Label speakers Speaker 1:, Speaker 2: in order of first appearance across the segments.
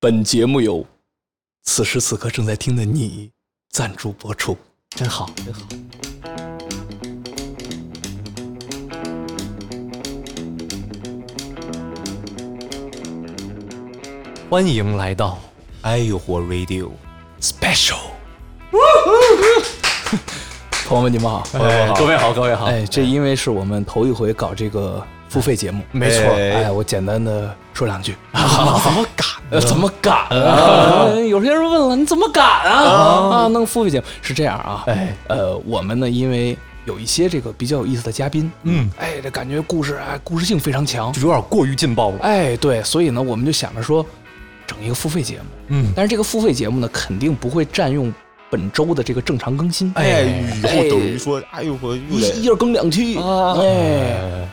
Speaker 1: 本节目由此时此刻正在听的你赞助播出，真好，真好。欢迎来到
Speaker 2: 哎呦火 Radio，
Speaker 1: Special。朋友们，你们好！
Speaker 2: 哎各位好，各位好，
Speaker 1: 哎，这因为是我们头一回搞这个付费节目，
Speaker 2: 没错
Speaker 1: 哎，我简单的说两 句。
Speaker 2: 怎么敢？
Speaker 1: 呃，怎么敢啊？呃有些人问了，你怎么敢啊？啊，弄付费节目是这样啊？
Speaker 2: 哎，
Speaker 1: 呃，我们呢，因为有一些这个比较有意思的嘉宾，
Speaker 2: 嗯，
Speaker 1: 哎，这感觉故事哎，故事性非常强，
Speaker 2: 就有点过于劲爆了，
Speaker 1: 哎，对，所以呢，我们就想着说，整一个付费节目，
Speaker 2: 嗯，
Speaker 1: 但是这个付费节目呢，肯定不会占用本周的这个正常更新，
Speaker 2: 哎
Speaker 3: 以后等于说，哎呦我又得
Speaker 1: 一一夜更两期，
Speaker 2: 啊
Speaker 1: 哎，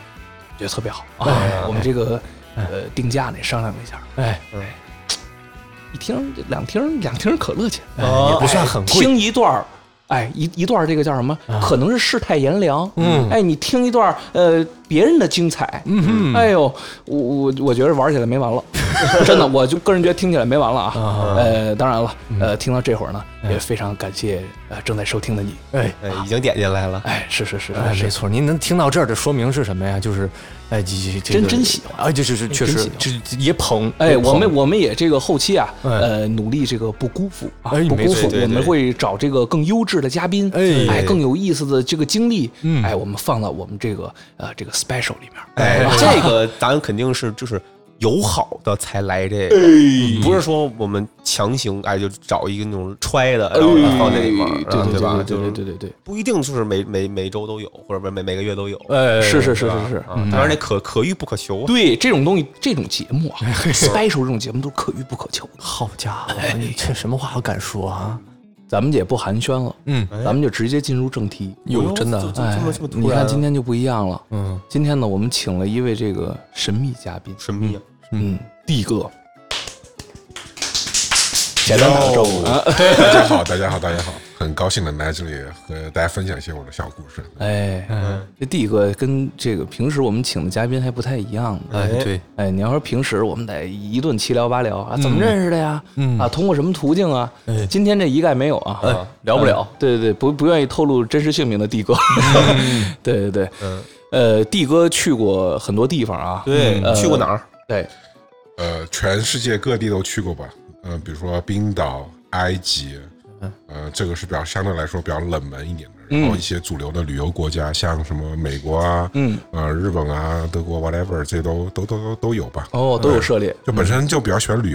Speaker 1: 觉得特别好哎，我们这个呃定价呢商量了一下，
Speaker 2: 哎，
Speaker 1: 一听两听两听可乐钱。
Speaker 2: 哎也不算很贵，
Speaker 1: 听一段儿，哎，一一段儿这个叫什么？可能是世态炎凉。
Speaker 2: 啊嗯
Speaker 1: 哎，你听一段儿呃别人的精彩。
Speaker 2: 嗯哼
Speaker 1: 哎呦，我我我觉得玩起来没完 了，真的，我就个人觉得听起来没完了啊。呃，当然了，
Speaker 2: 嗯
Speaker 1: 呃，听到这会儿呢，也非常感谢呃正在收听的你。
Speaker 2: 哎。
Speaker 3: 哎已经点进来了，
Speaker 1: 哎，是是是
Speaker 2: 哎，
Speaker 1: 是
Speaker 2: 没
Speaker 1: 是，
Speaker 2: 错，您能听到这儿，这说明是什么呀？就是，哎，这这
Speaker 1: 真真喜欢
Speaker 2: 啊，就是是确
Speaker 1: 真
Speaker 2: 实
Speaker 1: 喜，欢
Speaker 2: 这这也捧，
Speaker 1: 哎，
Speaker 2: 也捧
Speaker 1: 我们我们也这个后期啊，
Speaker 2: 哎
Speaker 1: 呃，努力这个不辜负啊，
Speaker 2: 哎
Speaker 1: 不
Speaker 2: 没
Speaker 1: 辜
Speaker 2: 错
Speaker 1: 负
Speaker 3: 对，对
Speaker 1: 我们会找这个更优质的嘉宾，
Speaker 2: 哎
Speaker 1: 哎，更有意思的这个经历，
Speaker 2: 嗯
Speaker 1: 哎，我们放到我们这个呃这个 special 里面，
Speaker 3: 哎，这个咱肯定是就是友好的才来这
Speaker 1: 哎
Speaker 3: 个，嗯不是说我们强行哎就找一个那种揣的，然后放这里面
Speaker 1: 哎，
Speaker 3: 啊
Speaker 1: 对对
Speaker 3: 吧？
Speaker 1: 对对
Speaker 3: 就
Speaker 1: 对
Speaker 3: 是
Speaker 1: 对对对
Speaker 3: 不一定就是每每每周都有，或者不是每每个月都有，
Speaker 2: 哎，
Speaker 1: 对，是是是
Speaker 3: 吧
Speaker 1: 是是，
Speaker 3: 啊当然这可可遇不可求啊，
Speaker 1: 嗯对这种东西，这种节目啊，special 这种节目都是可遇不可求的，
Speaker 2: 好家伙，你这什么话都敢说啊？
Speaker 1: 咱们也不寒暄了，
Speaker 2: 嗯，
Speaker 1: 咱们就直接进入正题。
Speaker 2: 哟，真的，
Speaker 3: 这
Speaker 1: 哎
Speaker 3: 这么这么，突
Speaker 1: 你
Speaker 3: 然啊
Speaker 1: 看今天就不一样了，
Speaker 2: 嗯，
Speaker 1: 今天呢，我们请了一位这个神秘嘉宾，
Speaker 3: 神秘啊，
Speaker 1: 嗯，力哥，简单打个招呼。啊
Speaker 4: 大家好，大家好，大家好，很高兴能来这里和大家分享一些我的小故事。
Speaker 1: 哎，
Speaker 2: 嗯
Speaker 1: 这弟哥跟这个平时我们请的嘉宾还不太一样呢。
Speaker 2: 哎，对，
Speaker 1: 哎，你要说平时我们得一顿七聊八聊啊，怎么认识的呀？
Speaker 2: 嗯
Speaker 1: 啊，通过什么途径啊？今天这一概没有啊，
Speaker 2: 哎聊不了
Speaker 1: 嗯对对对，不不愿意透露真实姓名的弟哥。对 对对，
Speaker 3: 嗯，
Speaker 1: 呃，弟哥去过很多地方啊。
Speaker 3: 对
Speaker 1: 呃，
Speaker 3: 嗯去过哪儿？
Speaker 1: 对，
Speaker 4: 呃，全世界各地都去过吧？嗯、比如说冰岛、埃及，呃，这个是比较相对来说比较冷门一点的。然后一些主流的旅游国家，像什么美国啊，嗯，呃，日本啊，德国 whatever，这都都都都都有吧。
Speaker 1: 哦，都有涉猎。
Speaker 4: 就本身就比较喜欢旅